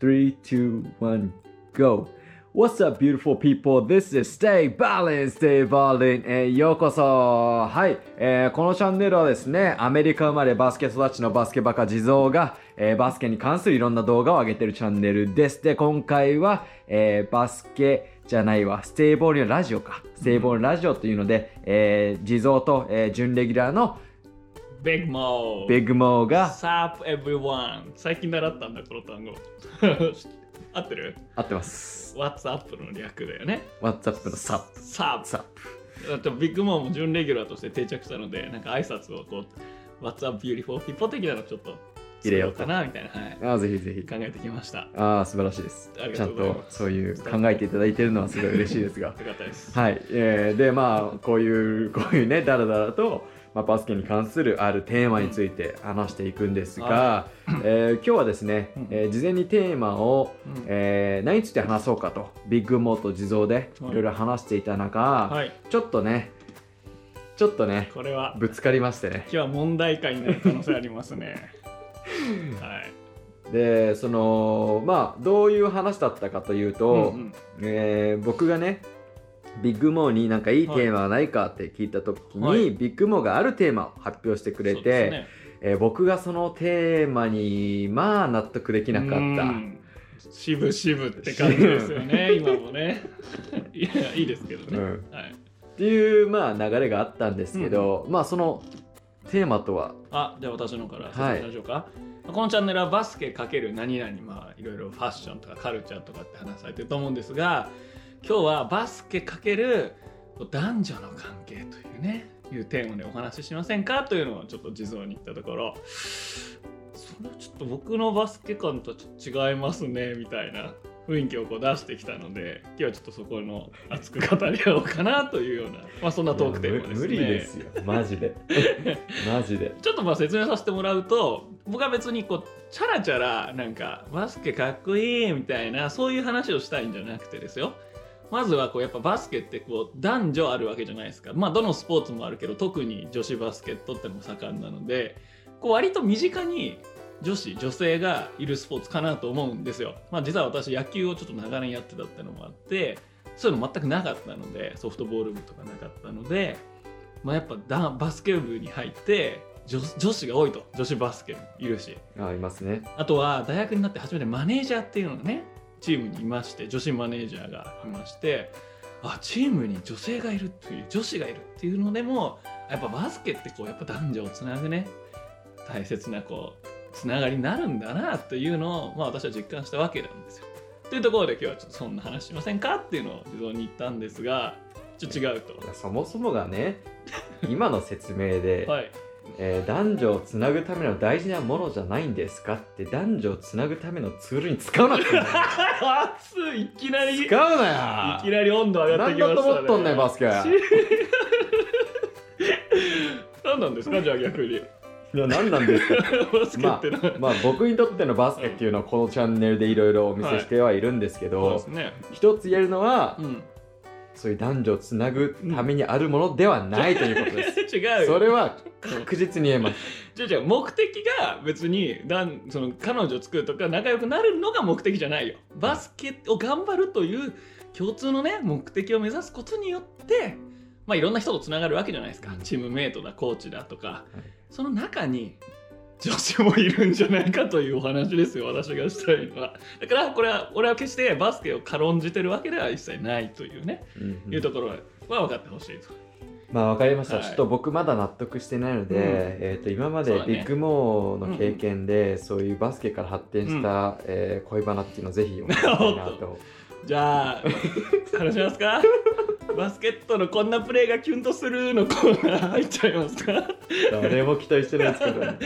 Three, two, one, go. What's up, beautiful people? This is Stay Balanced, Stay Balanced へようこそ。はい、えーこのチャンネルはですね、アメリカ生まれバスケ育ちのバスケバカ地蔵が、えーバスケに関するいろんな動画を上げてるチャンネルです。で、今回は、えーバスケじゃないわ、ステイボールラジオか。ステイボールラジオというので、えー地蔵と、えー準レギュラーの Big Mo! ベグモーが、 Sup everyone! 最近習ったんだ、この単語。 合ってる合ってます。 ?WhatsApp の略だよね。 WhatsApp のサップ。 Sup! サッだってビッグモンも準レギュラーとして定着したので、なんか挨拶をこう、What's up beautiful people 的なのちょっと入れようとかなみたいな、はい、プ。ああ、ぜひぜひ考。えてきました。ああ、素晴らしいですあ。りちゃんがとうございますとそういう考えていただいてるのはすごい嬉しいです が。よかったです。はい。えーで、まあ、こういう、こういうね、だらだらと、まあ、バスケに関するあるテーマについて話していくんですが、えー今日はですねうん、えー事前にテーマを、うんえー何について話そうかと、ビッグモーと地蔵ではいいろいろ話していた中、はい、ちょっとね、ちょっとね、これは、ぶつかりましてね今。日は問題解になる可能性あります ね。はい。で、その、まあ、どういう話だったかというと、うんうんえー僕がねビッグモーになんかいいテーマはないかって聞いた時に、はいビッグモーがあるテーマを発表してくれそうて、ですねえー僕がそのテーマにまあ納得できなかっうたん渋々って感じですよね、今もね。いや、いいですけどね。うんはい、っていうまあ流れがあったんですけど、まあそのテーマとはあ、じゃあ私の方から説明しましょうか。このチャンネルはバスケ×何々、まあ、いろいろファッションとかカルチャーとかって話されてると思うんですが、今日はバスケ×男女の関係というね、いうテーマでお話ししませんかというのをちょっと地蔵に言ったところ、それはちょっと僕のバスケ感とはちょっと違いますね、みたいな雰囲気をこう出してきたので、今日はちょっとそこの熱く語り合おうかなというような、まあそんなトークテーマですね。無理ですよマジ でマジでちょっとまあ説明させてもらうと僕は別にこうチャラチャラなんかバスケかっこいいみたいなそういう話をしたいんじゃなくてですよまずはこうやっぱバスケってこう男女あるわけじゃないですかまあどのスポーツもあるけど特に女子バスケットってのも盛んなのでこう割と身近に女子女性がいるスポーツかなと思うんですよまあ実は私野球をちょっと長年やってたってのもあってそういうの全くなかったのでソフトボール部とかなかったのでまあ、やっぱだバスケ部に入って女女子が多いと女子バスケもいるしあいますねあとは大学になって初めてマネージャーっていうのがねチームにいまして女子マネージャーがいましてあチームに女性がいるっていう女子がいるっていうのでもやっぱバスケってこうやっぱ男女をつなぐね大切なこうつながりになるんだなというのを、まあ、私は実感したわけなんですよ。というところで今日はちょっとそんな話しませんかっていうのを地蔵に言ったんですがちょっと違うと。そもそもがね今の説明で、はいえー男女をつなぐための大事なものじゃないんですかって男女をつなぐためのツールに使うなって言うんだよ熱いいきなりいき使うなよなり温度上がってきましたねなんだと思っとんねんバス ケ何なんですかじゃあ逆に いや何なんですかバスケってな、まあ僕にとってのバスケっていうのはこのチャンネルでいろいろお見せしてはいるんですけど、そうですね一つ言えるのは、うんそういう男女をつなぐためにあるものではないということです、 違 うそよれは確実に言えますじゃあじゃあ目的が別にだんその彼女を作るとか仲良くなるのが目的じゃないよバスケを頑張るという共通のね目的を目指すことによってまあいろんな人とつながるわけじゃないですかチームメイトだコーチだとかその中に女子もいるんじゃないかというお話ですよ私がしたいのはだからこれは俺は決してバスケを軽んじてるわけでは一切ないというね、うんうんいうところは分かってほしいとまあわかりました、はいちょっと僕まだ納得してないので、うんえー、と今までそうだねビッグモーの経験でそう,、いうバスケから発展した、えー恋バナっていうのをぜひお願いしたいな おっとじゃあ話しますか バスケットのこんなプレーがキュンとするのコーナー入っちゃいますか誰も期待してないですけど、ね、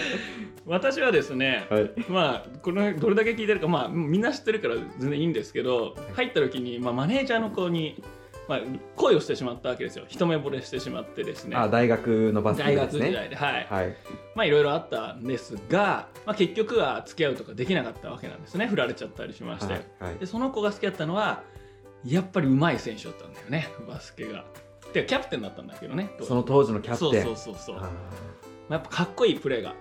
私はです ねはいまあこのどれだけ聞いてるかまあみんな知ってるから全然いいんですけど入った時に、まあ、マネージャーの子に、まあ、恋をしてしまったわけですよ一目惚れしてしまってですねあ大学のバスケ大で学す時ね代で、はい、はいまあいろいろあったんですが、まあ、結局は付き合うとかできなかったわけなんですね振られちゃったりしまして、はいはいでその子が好きだったのはやっぱり上手い選手だったんだよねバスケが。でキャプテンだったんだけどねその当時のキャプテンそうそうそうそうあまあやっぱかっこいいプレーが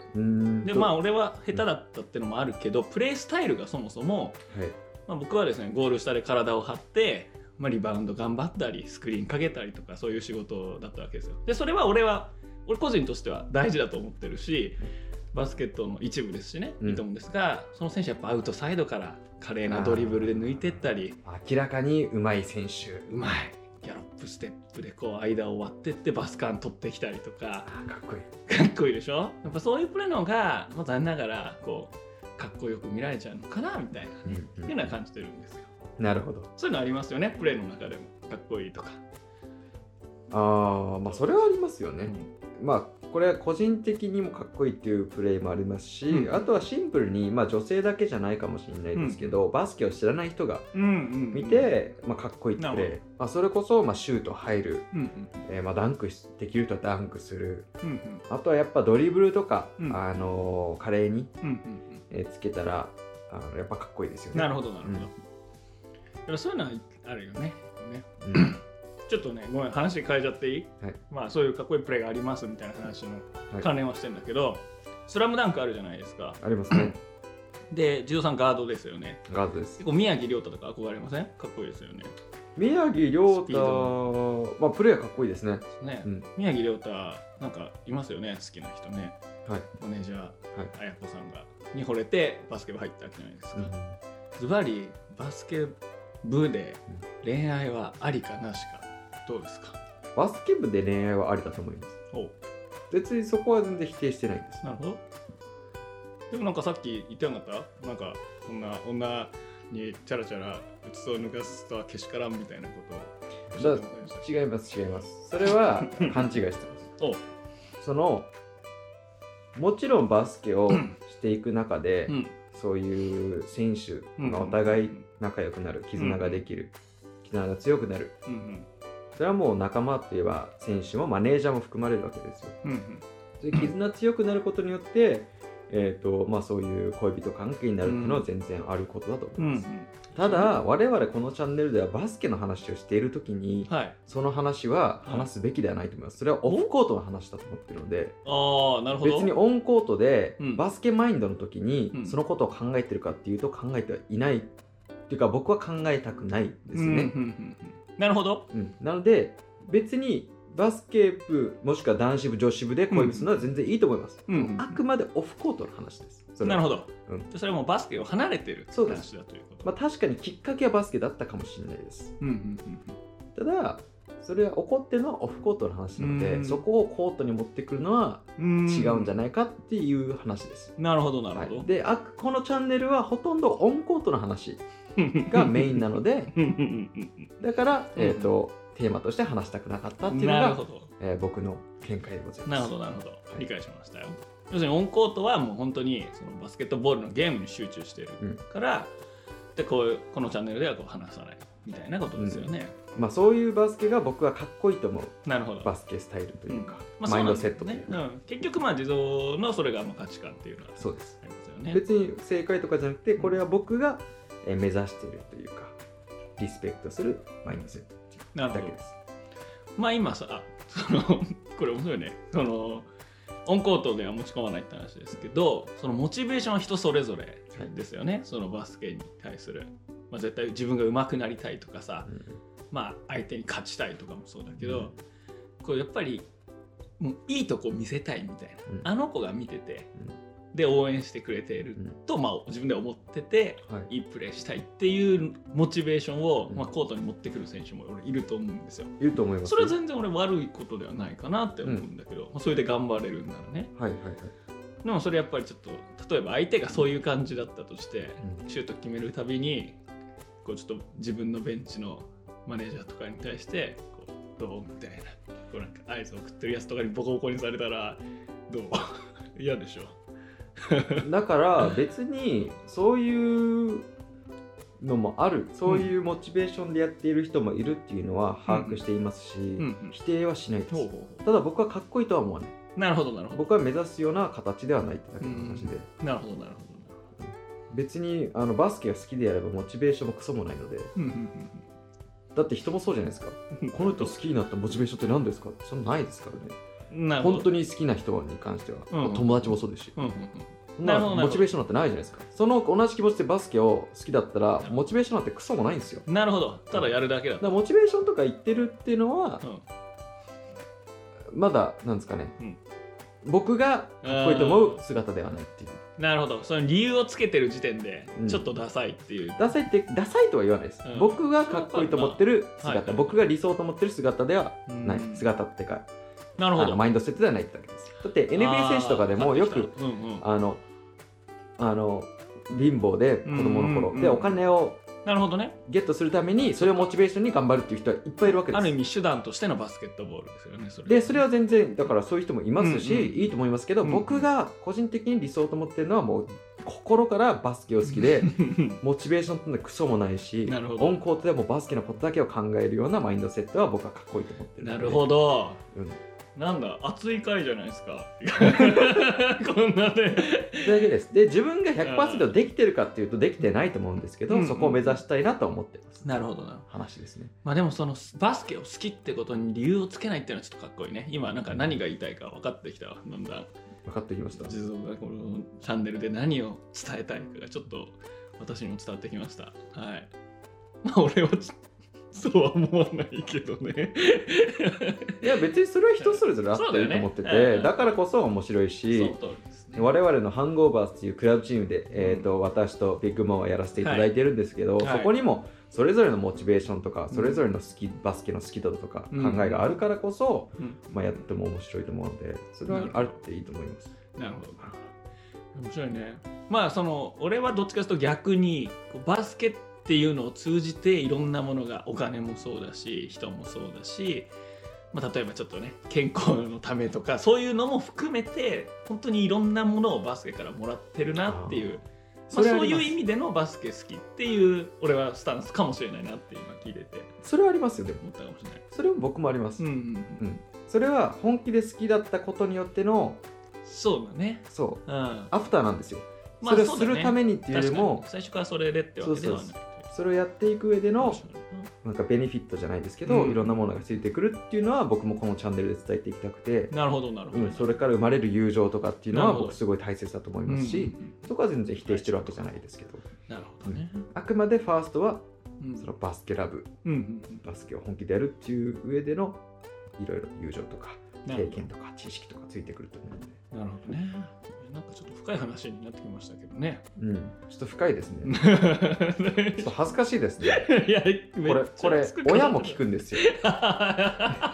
でまあ俺は下手だったってのもあるけどプレースタイルがそもそも、はいまあ、僕はですねゴール下で体を張って、まあ、リバウンド頑張ったりスクリーンかけたりとかそういう仕事だったわけですよでそれは俺は俺個人としては大事だと思ってるしバスケットの一部ですしね、うんいいと思うんですがその選手はやっぱアウトサイドから華麗なドリブルで抜いてったり明らかにうまい選手うまいギャロップステップでこう間を割ってってバスカン取ってきたりとかあーかっこいいかっこいいでしょやっぱそういうプレーの方が、まあ、残念ながらこうかっこよく見られちゃうのかなみたいなっうんていうのは感じてるんですよなるほどそういうのありますよねプレーの中でもかっこいいとか、ああまあそれはありますよね、まあこれは個人的にもかっこいいっていうプレーもありますし、うんあとはシンプルに、まあ、女性だけじゃないかもしれないですけど、バスケを知らない人がうんうん見、て、まあ、かっこいいプレなるー、まあ、それこそ、まあ、シュート入る、うんうんえーまあ、ダンクしできるとダンクするうんうんあとはやっぱドリブルとか、うんあのー華麗に、うんうんえーつけたらあのやっぱかっこいいですようんね。なるほどなるほど、うんだからそういうのはあるよねねうんちょっとねごめん話変えちゃっていい、はいまあそういうかっこいいプレーがありますみたいな話のはい関連はしてんだけど、スラムダンクあるじゃないですかあります ね。で13ガードですよねガードです結。構宮城亮太とか憧れませんかっこいいですよね宮城亮スピー太、まあ、プレーかっこいいですね。ね、うん宮城亮太なんかいますよね好きな人ねはい。マネージャー綾子さんがに惚れてバスケ部入ったわけじゃないですか、うズバリバスケ部で恋愛はありかなしかどうですかんバスケ部で恋愛はありだと思います。お別にそこは全然否定してないんです。なるほどでもなんかさっき言ってなかったなんかこんな女にチャラチャラうつを抜かすとはけしからんみたいなことをおっしゃってませんでした違います違います。それは 勘違いしてます。おそのもちろんバスケをしていく中で、うんそういう選手がお互い仲良くなる絆ができる、絆が強くなるうんそれはもう仲間といえば選手もマネージャーも含まれるわけですようんうんうんそういう絆強くなることによって、えーとまあ、そういう恋人関係になるっていうのは全然あることだと思いうんまうんす、ただ我々このチャンネルではバスケの話をしている時にはいその話は話すべきではないと思いますそれはオフコートの話だと思ってるのでああなるほど別にオンコートでうんバスケマインドの時うにんそのことを考えてるかっていうと考えてはいないっていうか僕は考えたくないですうんうんねう、んうんなるほどうんなので別にバスケ部もしくは男子部女子部で恋人するのは全然いいと思います、うんあくまでオフコートの話ですそれなはるほど、うんでそれはもうバスケを離れてるそうです話だということまあ、確かにきっかけはバスケだったかもしれないですうんうんうんただそれは怒ってるのはオフコートの話なので、うんそこをコートに持ってくるのはうん違うんじゃないないかっていう話です、なるほどなるほど、はい、であこのチャンネルはほとんどオンコートの話 がメインなのでうんうんうんだから、うんえー、とテーマとして話したくなかったっうていんうのなるほが、どえー僕の見解でございますなるほどなるほど理解しましたよ要するにオンコートはもう本当にそのバスケットボールのゲームに集中してるうんから、でこういうこのチャンネルではこう話さないみたいなことですよね、まあ、そういうバスケが僕はかっこいいと思うなるほどバスケスタイルというか、まあマインドそセうなッんトというですかね、うん、結局まあ自動のそれがまあ価値観っていうのはそうですありますよね別に正解とかじゃなくてこれは僕がえー目指しているというかリスペクトするマインドセットなるほだどけですまあ今さその これ面白いねそのオンコートでは持ち込まないって話ですけどそのモチベーションは人それぞれですよね、そのバスケに対する、まあ、絶対自分が上手くなりたいとかさ、まあ、相手に勝ちたいとかもそうだけど、こうやっぱりもういいとこ見せたいみたいな、うんあの子が見てて、で応援してくれていると、まあ、自分で思っててうんはいいいプレーしたいっていうモチベーションを、うんまあ、コートに持ってくる選手も俺いると思うんですよ。いると思いますそれは全然俺悪いことではないかなって思うんだけど、まあそれで頑張れるんならねはいはいはいでもそれやっぱりちょっと例えば相手がそういう感じだったとして、うシュート決めるたびにこうちょっと自分のベンチのマネージャーとかに対してこうどうみたいなこうなんか合図を送ってるやつとかにボコボコにされたらどう 嫌でしょだから別にそういうのもあるそういうモチベーションでやっている人もいるっていうのは把握していますし、ん否定はしないです、ほうほうほただ僕はかっこいいとは思わないうなるほどなるほど僕は目指すような形ではないってだけの話で、なるほどなるほど別にあのバスケが好きでやればモチベーションもクソもないのでうんうんうんだって人もそうじゃないですか うんこの人好きになったモチベーションって何ですかそんなないですからねうなるほど本当に好きな人に関しては、うん友達もそうですし、うんうんそんななるほどなるほどモチベーションなんてないじゃないですかその同じ気持ちでバスケを好きだったらほどモチベーションなんてクソもないんですようんなるほどただやるだけだだからモチベーションとか言ってるっていうのは、うんまだなんですかね、うん僕がかっこいいと思う姿ではないっていうなるほどその理由をつけてる時点でうんちょっとダサいっていう、ダサいってダサいとは言わないです、うん僕がかっこいいと思ってるそう姿、なんだはい僕が理想と思ってる姿ではない、うん姿ってかなるあほのどマインドセットではないってだけですだって NBA 選手とかであもーよくうんうん、あのあの貧乏で子供の頃、うんうんうんでお金をなるほどねゲットするためにそれをモチベーションに頑張るっていう人はいっぱいいるわけである意す味手段としてのバスケットボールですよねそれで それは全然だからそういう人もいますし、うんうんいいと思いますけど、うんうん僕が個人的に理想と思ってるのはもう心からバスケを好きでモチベーションってのはクソもないしなるほどオンコートでもバスケのことだけを考えるようなマインドセットは僕はかっこいいと思ってるなるほど、うどん、なんだ熱い回じゃないです かこんなでそれだけですで自分が100%できてるかっていうとできてないと思うんですけど、うんうんそこを目指したいなと思ってます、なるほどな話ですねまあでもそのバスケを好きってことに理由をつけないっていうのはちょっとかっこいいね今なんか何が言いたいか分かってきたわだんだん分かってきました地蔵がこのチャンネルで何を伝えたいかがちょっと私にも伝わってきましたはいまあ俺はちそうは思わないけどねいや別にそれは人それぞれあっていいと思ってそうだよてねだからこそ面白いそのし通りですね我々のハングオーバーっていうクラブチームで、えー、と私とビッグモアはやらせていただいてるんですけど、はいそこにもそれぞれのモチベーションとか、うんそれぞれの好きバスケの好きだとか考うんえがあるからこそ、うんまあ、やっても面白いと思うのでそれはあるっていいと思います。なるほどな面白いねまあその俺はどっちかというと逆にこうバスケっていうのを通じていろんなものがお金もそうだし人もそうだし、まあ、例えばちょっとね健康のためとかそういうのも含めて本当にいろんなものをバスケからもらってるなっていうまあ、れはそあうりいまうす意味でのバスケ好きっていう俺はスタンスかもしれないなって今聞いててそれはありますよでも思ったかもしれない。それも僕もあります、うんううんんうん、それは本気で好きだったことによってのそうだね。そううん、まアフターなんですよ、あそれそをうすだねるためにっていうより確もかに最初からそれでってわけではないそうそれをやっていく上での面白いななんかベネフィットじゃないですけど、うんいろんなものがついてくるっていうのは僕もこのチャンネルで伝えていきたくて、なるほどなるほうど。ん、それから生まれる友情とかっていうのなはるほど僕すごい大切だと思いますうし、んうんうんそこは全然否定してるわけじゃないですけどなるほどね。あくまでファーストはうんそのバスケラブうんうんバスケを本気でやるっていう上でのいろいろ友情とかうんな経るほ験とか知識とかついてくると思うどなるほどね。なんかちょっと深い話になってきましたけどね。ので、うん、ちょっと深いですねちょっと恥ずかしいです ね いや、これこれ親も 聞くんですよ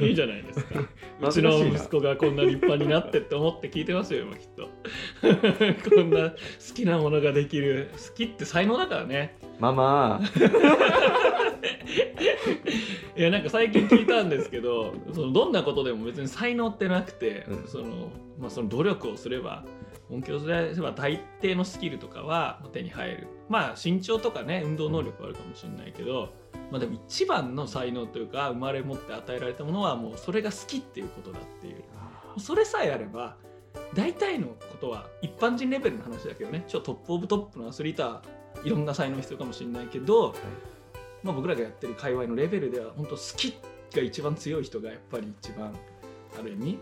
いいじゃな いですか。う恥ちずかしいのな息子がこんな立派になってって思って聞いてますよ、今きっと。 こんな好きなものができる。好きって才能だからね。ママいや、なんか最近聞いたんですけど、 そのどんなことでも別に才能ってなくて、うんそのまあ、その努力をすれば、音響すれば大抵のスキルとかは手に入る。まあ、身長とかね、運動能力はあるかもしれないけど、まあ、でも一番の才能というか生まれ持って与えられたものはもうそれが好きっていうことだっていうそれさえあれば大体のことは一般人レベルの話だけどねちょっとトップオブトップのアスリートはいろんな才能必要かもしれないけど、まあ、僕らがやってる界隈のレベルでは本当好きが一番強い人がやっぱり一番ある意味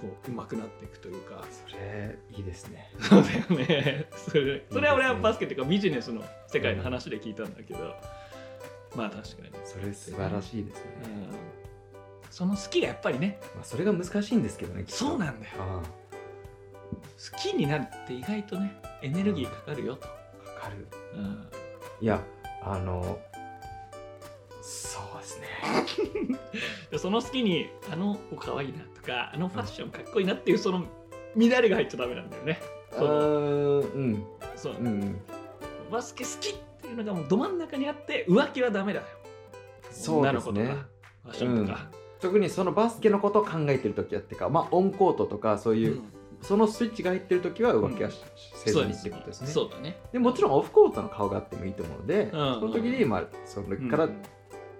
こう上手くなっていくというかそれいいですねそうだよねそれそれは俺はバスケっていうかビジネスの世界の話で聞いたんだけど、まあ確かに、それ素晴らしいですね、うん、その好きがやっぱりねまあ、それが難しいんですけどねきっとそうなんだよあ好きになるって意外とねエネルギーかかるよと、あかかるうん、いやあのそうですねでその好きにあの子可愛いなとかあのファッションかっこいいなっていうその乱れが入っちゃダメなんだよねうそうーんそう、うんうんバスケ好きっていうのがもうど真ん中にあって浮気はダメだよそうです女のね子とかファッションとか、特にそのバスケのことを考えてる時やってかまあオンコートとかそうういう、んそのスイッチが入ってる時は浮気はし、せそずうにでっすてことですねそうだねでもちろんオフコートの顔があってもいいと思うので、その時に、まあ、それうんから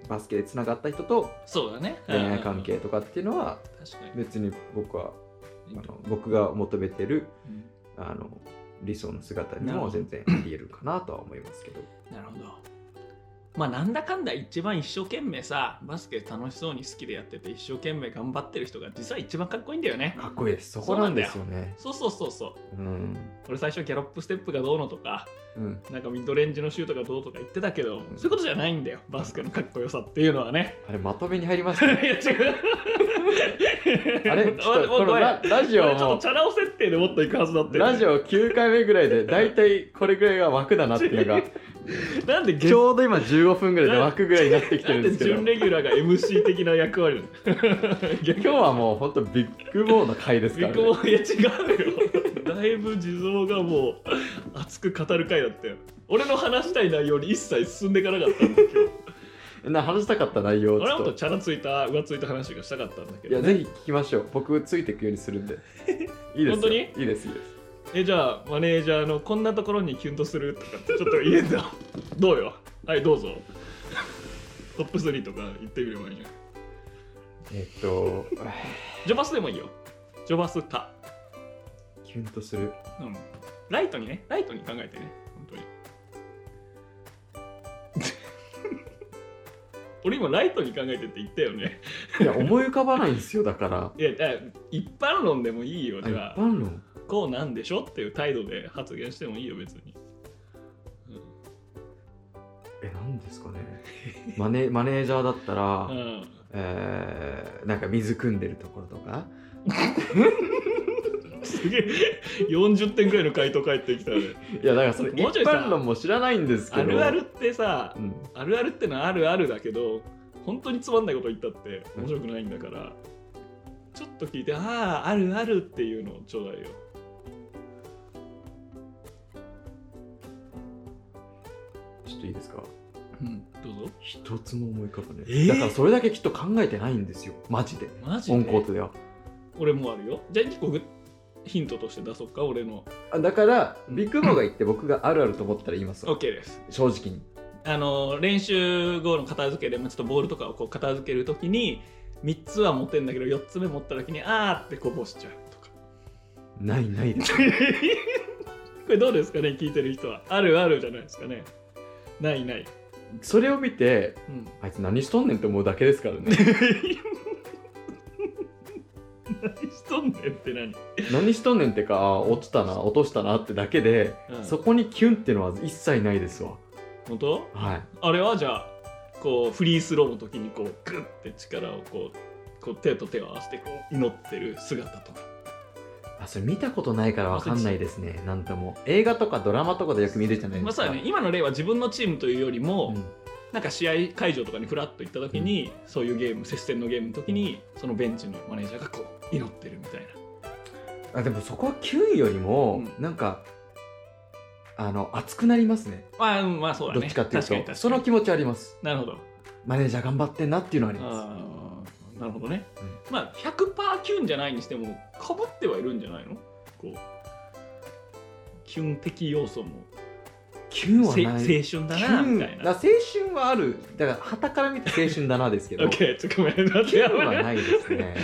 バスケでつながった人とそうだね恋愛関うん係とかっていうのは確か別に僕はあにの僕が求めてるうんあの理想の姿になるほもど全然ありえるかなとは思いますけど。なるほどまあなんだかんだ一番一生懸命さバスケ楽しそうに好きでやってて一生懸命頑張ってる人が実は一番かっこいいんだよねかっこいいですそこなんですよねそうそうそうそううん俺最初ギャロップステップがどうのとかうんなんかミッドレンジのシュートがどうとか言ってたけど、うんそういうことじゃないんだよバスケのかっこよさっていうのはねあれまとめに入りましいた やね違うあれちょっとこのララジちオょっともチャラ男設定でもっといくはずだってラジオ9回目ぐらいで大体これぐらいが枠だなっていうのが なんでち月ょうど今15分ぐらいで枠ぐらいになってきてるなんんでですけど準レギュラーが MC 的な役割なの逆今日はもう本当ビッグボーの回ですビから、ッね、グボーイいや違うよだいぶ地蔵がもう熱く語る回だったよ俺の話したい内容に一切進んでいかなかった んだ今日な話したかった内容を俺ちょはもっっととチャラついた浮ついた話がしたかったんだけいどやねぜひ聞きましょう僕ついていくようにするんでいいですよ本当にいいですいいですえじゃあマネージャーのこんなところにキュンとするとかってちょっと言え んだどうよはいどうぞトップ3とか言ってみればいいじゃんえっと ジョバスでもいいよジョバスかキュンとするうんライトにねライトに考えてね本 当に俺今ライトに考えてって言ったよねいや思い浮かばないんですよだからいやえ一般論でもいいよあじ一ゃあ般論こうなんでしょっていう態度で発言してもいいよ別に、え何ですかねマネマネージャーだったら、うんうん、えーなんか水汲んでるところとかすげえ40点ぐらいの回答返ってきたねいやだからそれ一もうちょいさ般論も知らないんですけどあるあるってさうんあるあるってのはあるあるだけど本当につまんないこと言ったって面白くないんだから、ちょっと聞いてあああるあるっていうのをちょうだいよちょっといいですかうんどうぞ一つも思い浮かばない、えーだからそれだけきっと考えてないんですよマジでマジオンコーでトでは俺もあるよじゃあ一個ぐヒントとして出そうか俺のあだからうんビッグボーが言って僕があるあると思ったら言いますわ OK です正直にあの練習後の片付けでまあちょっとボールとかをこう片付けるときに3つは持ってんだけど4つ目持ったときにあーってこぼしちゃうとかないないですこれどうですかね聞いてる人はあるあるじゃないですかねないない、それを見てうん、あいつ何しとんねんって思うだけですからね 何しとんねんって何、何しとんねんってかあ落ちたな落としたなってだけで、うん、そこにキュンってのは一切ないですわ本当はいあれはじゃあこうフリースローの時にこうグッて力をこうこう手と手を合わせてこう祈ってる姿とかあそれ見たことないからわかんないですねなんとも映画とかドラマとかでよく見るじゃないでまあすかさね今の例は自分のチームというよりも、なんか試合会場とかにフラッと行った時に、そういうゲーム接戦のゲームの時にそのベンチのマネージャーがこう祈ってるみたいなうんあでもそこはキュンよりも、うなんかあの熱くなりますねまあうんまあそうだねどっちかっていうと確かに確かにその気持ちありますなるほどマネージャー頑張ってんなっていうのはありますあーなるほどね、うまあ100パーキュンじゃないにしてもかぶってはいるんじゃないのこうキュン的要素もキュンはせない青春だなみたいだな青春はあるだから旗から見て青春だなですけどオッケーちょっとごめんなキュンはないですね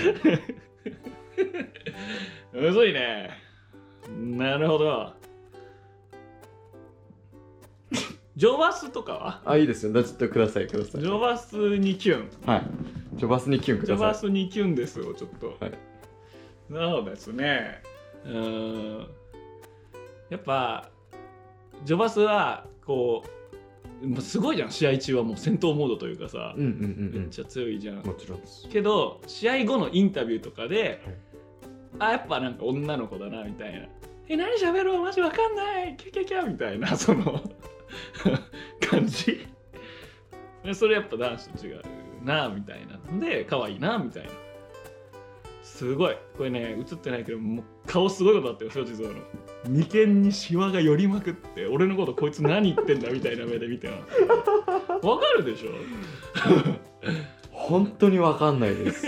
むずいねなる ほどジョバスとかはあいいですよだちょっとくださいくださジいョバスにキュンはいジョバスにキュンくジョださバいスにキュンですよちょっと、はいそうですねうーんやっぱジョバスはこうもうすごいじゃん試合中はもう戦闘モードというかさ、うんうんめっちゃ強いじゃんうんうんもちろんですけど試合後のインタビューとかで、はいあやっぱなんか女の子だなみたいな「え何喋ろうマジわかんないキャキャキャ」みたいな その感じでそれやっぱ男子と違うなみたいなので可愛いなみたいなすごいこれね映ってないけどもう顔すごいことだったよ正直その眉間にシワが寄りまくって俺のことこいつ何言ってんだみたいな目で見てますわかるでしょ 本当にわかんないです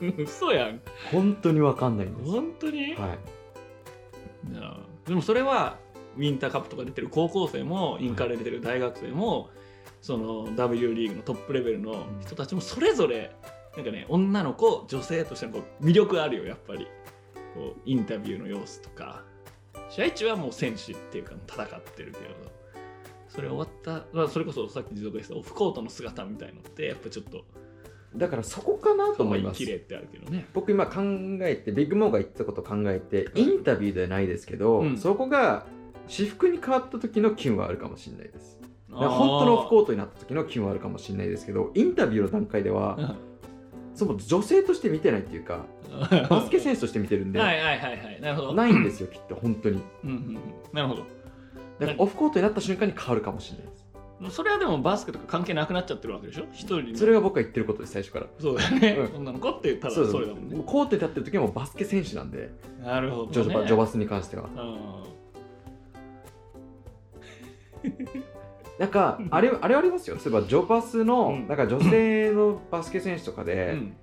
嘘やん本当にわかんないんです本当に、はいいやでもそれはウィンターカップとか出てる高校生もインカレ出てる大学生もその W リーグのトップレベルの人たちもそれぞれなんかね女の子女性としてのこう魅力あるよやっぱりこうインタビューの様子とか試合中はもう戦士っていうか戦ってるけどそれ終わった、まあ、それこそさっき自動が言ってたオフコートの姿みたいのってやっぱちょっとだからそこかなと思います綺麗ってあるけどね僕今考えてビッグモーが言ってたこと考えてうんインタビューではないですけど、うんそこが私服に変わった時のキュンはあるかもしれないですだから本当のオフコートになった時のキュンはあるかもしれないですけどインタビューの段階では、あその女性として見てないっていうかーバスケ選手として見てるんで、はいはいはいはいなるほどないんですよきっと本当にうんうんうんなるほどだからオフコートになった瞬間に変わるかもしれないですそれはでもバスケとか関係なくなっちゃってるわけでしょ一人のそれが僕が言ってることです最初からそうだよね、うん女の子ってただそうそそうれだもんねコートに立ってる時はもうバスケ選手なんでなるほジど、ョ,、ね、ジョバスに関してはうんなんかあれあれありますよそういえばジョバスの、うんなんか女性のバスケ選手とかで、うん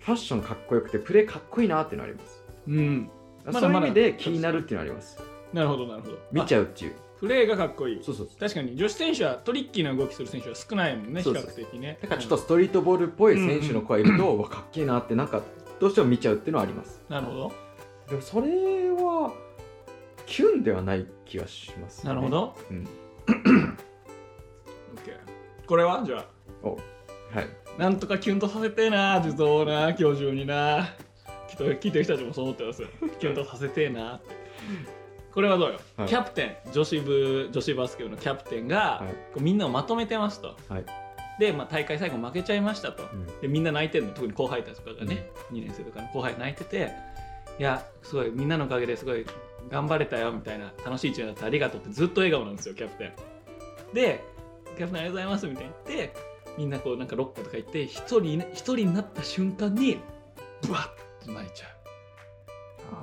ファッションかっこよくてプレーかっこいいなっていうのありますうん、まだそういう意まだ味で気になるっていうのありますなるほどなるほど見ちゃゃうっていうプレーがかっこいいそうそうそう確かに女子選手はトリッキーな動きする選手は少ないもんね比そうそう較的ねだからちょっとストリートボールっぽい選手の子がいると、うわかっけえなってなんかどうしても見ちゃうっていうのはありますうんなるほどでもそれはキュンではない気がします、ね、なるほど、うん OK これはじゃあはいなんとかキュンとさせてえな地蔵な今日中になきっと聞いてる人たちもそう思ってますよキュンとさせてえなってこれはどうよ、はいキャプテン女子部女子バスケ部のキャプテンが、はいこうみんなをまとめてますと、はいで、まあ、大会最後負けちゃいましたと、うんでみんな泣いてるの特に後輩たちとかがね、2年生とかの後輩泣いてていやすごいみんなのおかげですごい頑張れたよみたいな楽しい一年だったありがとうってずっと笑顔なんですよキャプテンでキャプテンありがとうございますみたいに言ってみんなこうなんかロッカーとか行って一人いな一人になった瞬間にブワッと泣いちゃう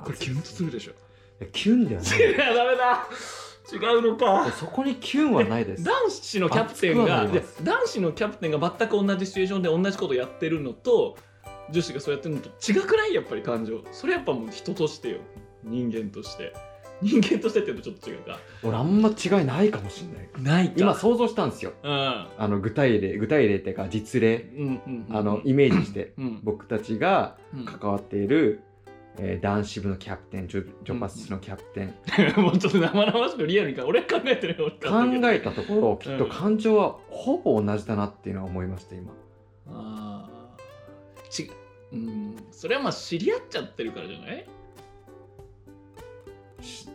これキュンとするでし ょいやキュンではない違うダメだ違うのかそこにキュンはないです男子のキャプテンあ熱がくはなりますいや男子のキャプテンが全く同じシチュエーションで同じことやってるのと女子がそうやってるのと違くないやっぱり感情それやっぱもう人としてよ人間として人間としてって言うとちょっと違うか俺あんま違いないかもしれないないか今想像したんですようんあの具体例具体例っていうか実例うんうんうんあのイメージしてうん 僕たちがうん関わっている、えー男子部のキャプテンジョジョパスのキャプテン、もうちょっと生々しくリアルにか俺考えてるよ考えたところきっと感情はほぼ同じだなっていうのは思いました今あーちうんそれはまあ知り合っちゃってるからじゃないし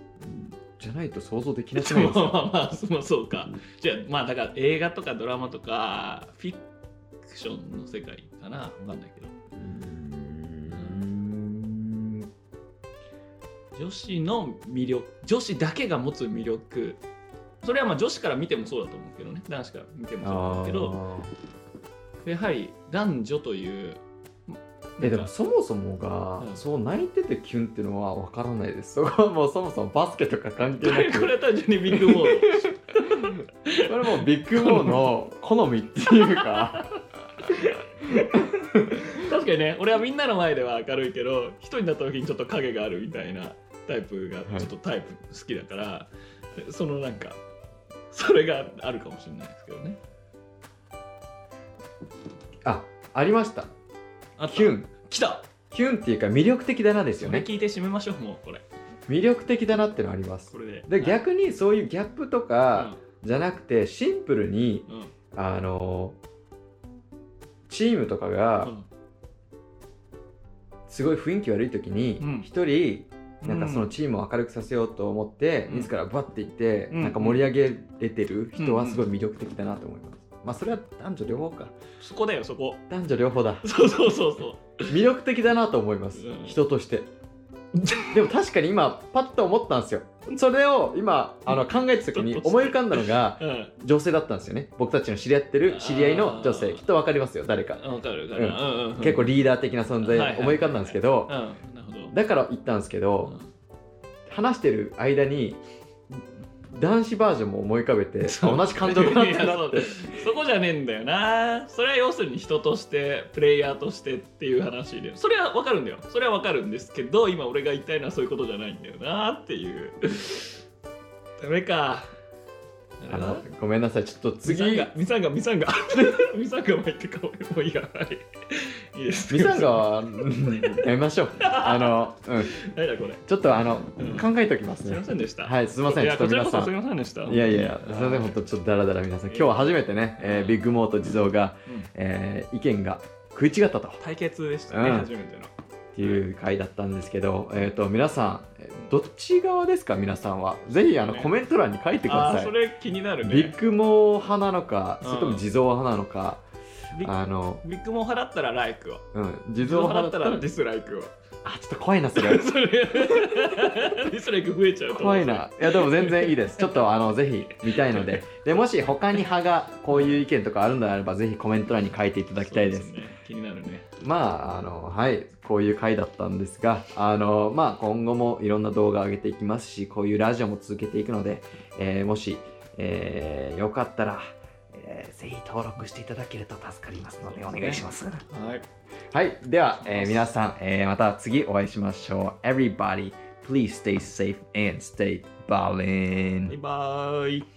じゃないと想像できなくまなあいです まよあまあそうそうかじゃあまあだから映画とかドラマとかフィクションの世界かなわかんないけどうーん女子の魅力女子だけが持つ魅力それはまあ女子から見てもそうだと思うけどね男子から見てもそうだと思うけどあーやはり男女というえでもそもそもが、うんそう泣いててキュンっていうのは分からないですそこはもうそもそもバスケとか関係こなれくこれは単純にビッグモーそれもビッグモーの好みっていうかド確かにね俺はみんなの前では明るいけど一人になった時にちょっと影があるみたいなタイプがはいちょっとタイプ好きだから、そのなんかそれがあるかもしれないですけどね あありましたあキュン来たキュンっていうか魅力的だなですよそれね聞いて締めましょうもうこれ魅力的だなってのありますこれでで逆にそういうギャップとかうじゃなくてシンプルにんうんあのチームとかうがんすごい雰囲気悪い時うんに一人うんなんかそのチームを明るくさせようと思って、うん自らバッていって、うんなんか盛り上げれてる人はすごい魅力的だなと思います、まあそれは男女両方かそこだよそこ男女両方だ そうそうそうそ魅力的だなと思います、うん人としてでも確かに今パッと思ったんですよそれを今あの考えた時 に思い浮かんだのがううん女性だったんですよね僕たちの知り合ってる知り合いの女性あーきっと分かりますよ誰かわかるわかる、ううんんうんうん、結構リーダー的な存在はいはい思い浮かんだんですけどうんなるほどだから言ったんですけど話してる間に男子バージョンも思い浮かべてそう同じ感情だなっいてやなそっうてそこじゃねえんだよなそれは要するに人としてプレイヤーとしてっていう話でそれはわかるんだよそれはわかるんですけど今俺が言いたいのはそういうことじゃないんだよなっていうダメかあ のごめんなさいちょっと次次がミサンガミサンガミサンガも言ってかもういいやはいいいですミサンガ はうんやめましょうあの、うん、誰だこれちょっとあの、うん考えておきますすいねませんでしたはいすいませんちいょやっとこちら皆こさそすいんませんでしたいやいやいやすいません本当ちょっとダラダラ皆さん今日は初めてね、えービッグモーと地蔵が、うんえー意見が食い違ったと対決でしたね、うん初めてのっていう回だったんですけど、えー、と皆さんえーどっち側ですか皆さんはぜひあのねコメント欄に書いてくだああさーい、それ気になるねビッグモー派なのかうんそれとも地蔵派なのか、ビッあの、ビッグモン派だったらライクをうん、地ビ蔵ッグモン派だ派っただったららディスライクをあちょっと怖いなそ れそれディスライク増えちゃうと思う怖いないやでも全然いいですちょっとあのぜひ見たいのででもし他に派がこういう意見とかあるのであればぜひコメント欄に書いていただきたいです そうね気になるねまああのはいこういう回だったんですがあのまあ今後もいろんな動画上げていきますしこういうラジオも続けていくので、えーもし、えーよかったら、えーぜひ登録していただけると助かりますのでお願いします、はいはいでは、えー皆さん、えーまた次お会いしましょう Everybody please stay safe and stay ballin バイバーイ